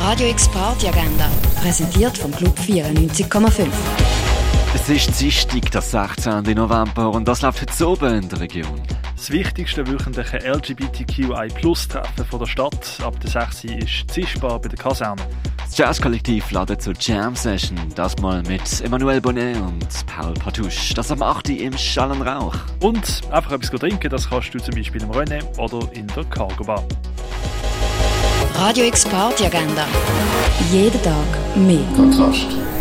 Radio X Party Agenda, präsentiert vom Club 94,5. Es ist Dienstag, der 16. November und das läuft heute oben in der Region. Das wichtigste wöchentliche LGBTQI-Plus-Treffen von der Stadt ab der 6. Uhr ist die Zischbar bei der Kaserne. Das Jazzkollektiv ladet zur Jam Session, das mal mit Emmanuel Bonnet und Paul Partouche. Das am 8. Uhr im Schall und Rauch. Und einfach etwas trinken, das kannst du zum Beispiel im René oder in der Cargo Bar. Radio X Party Agenda. Jeden Tag mehr. Kontrast.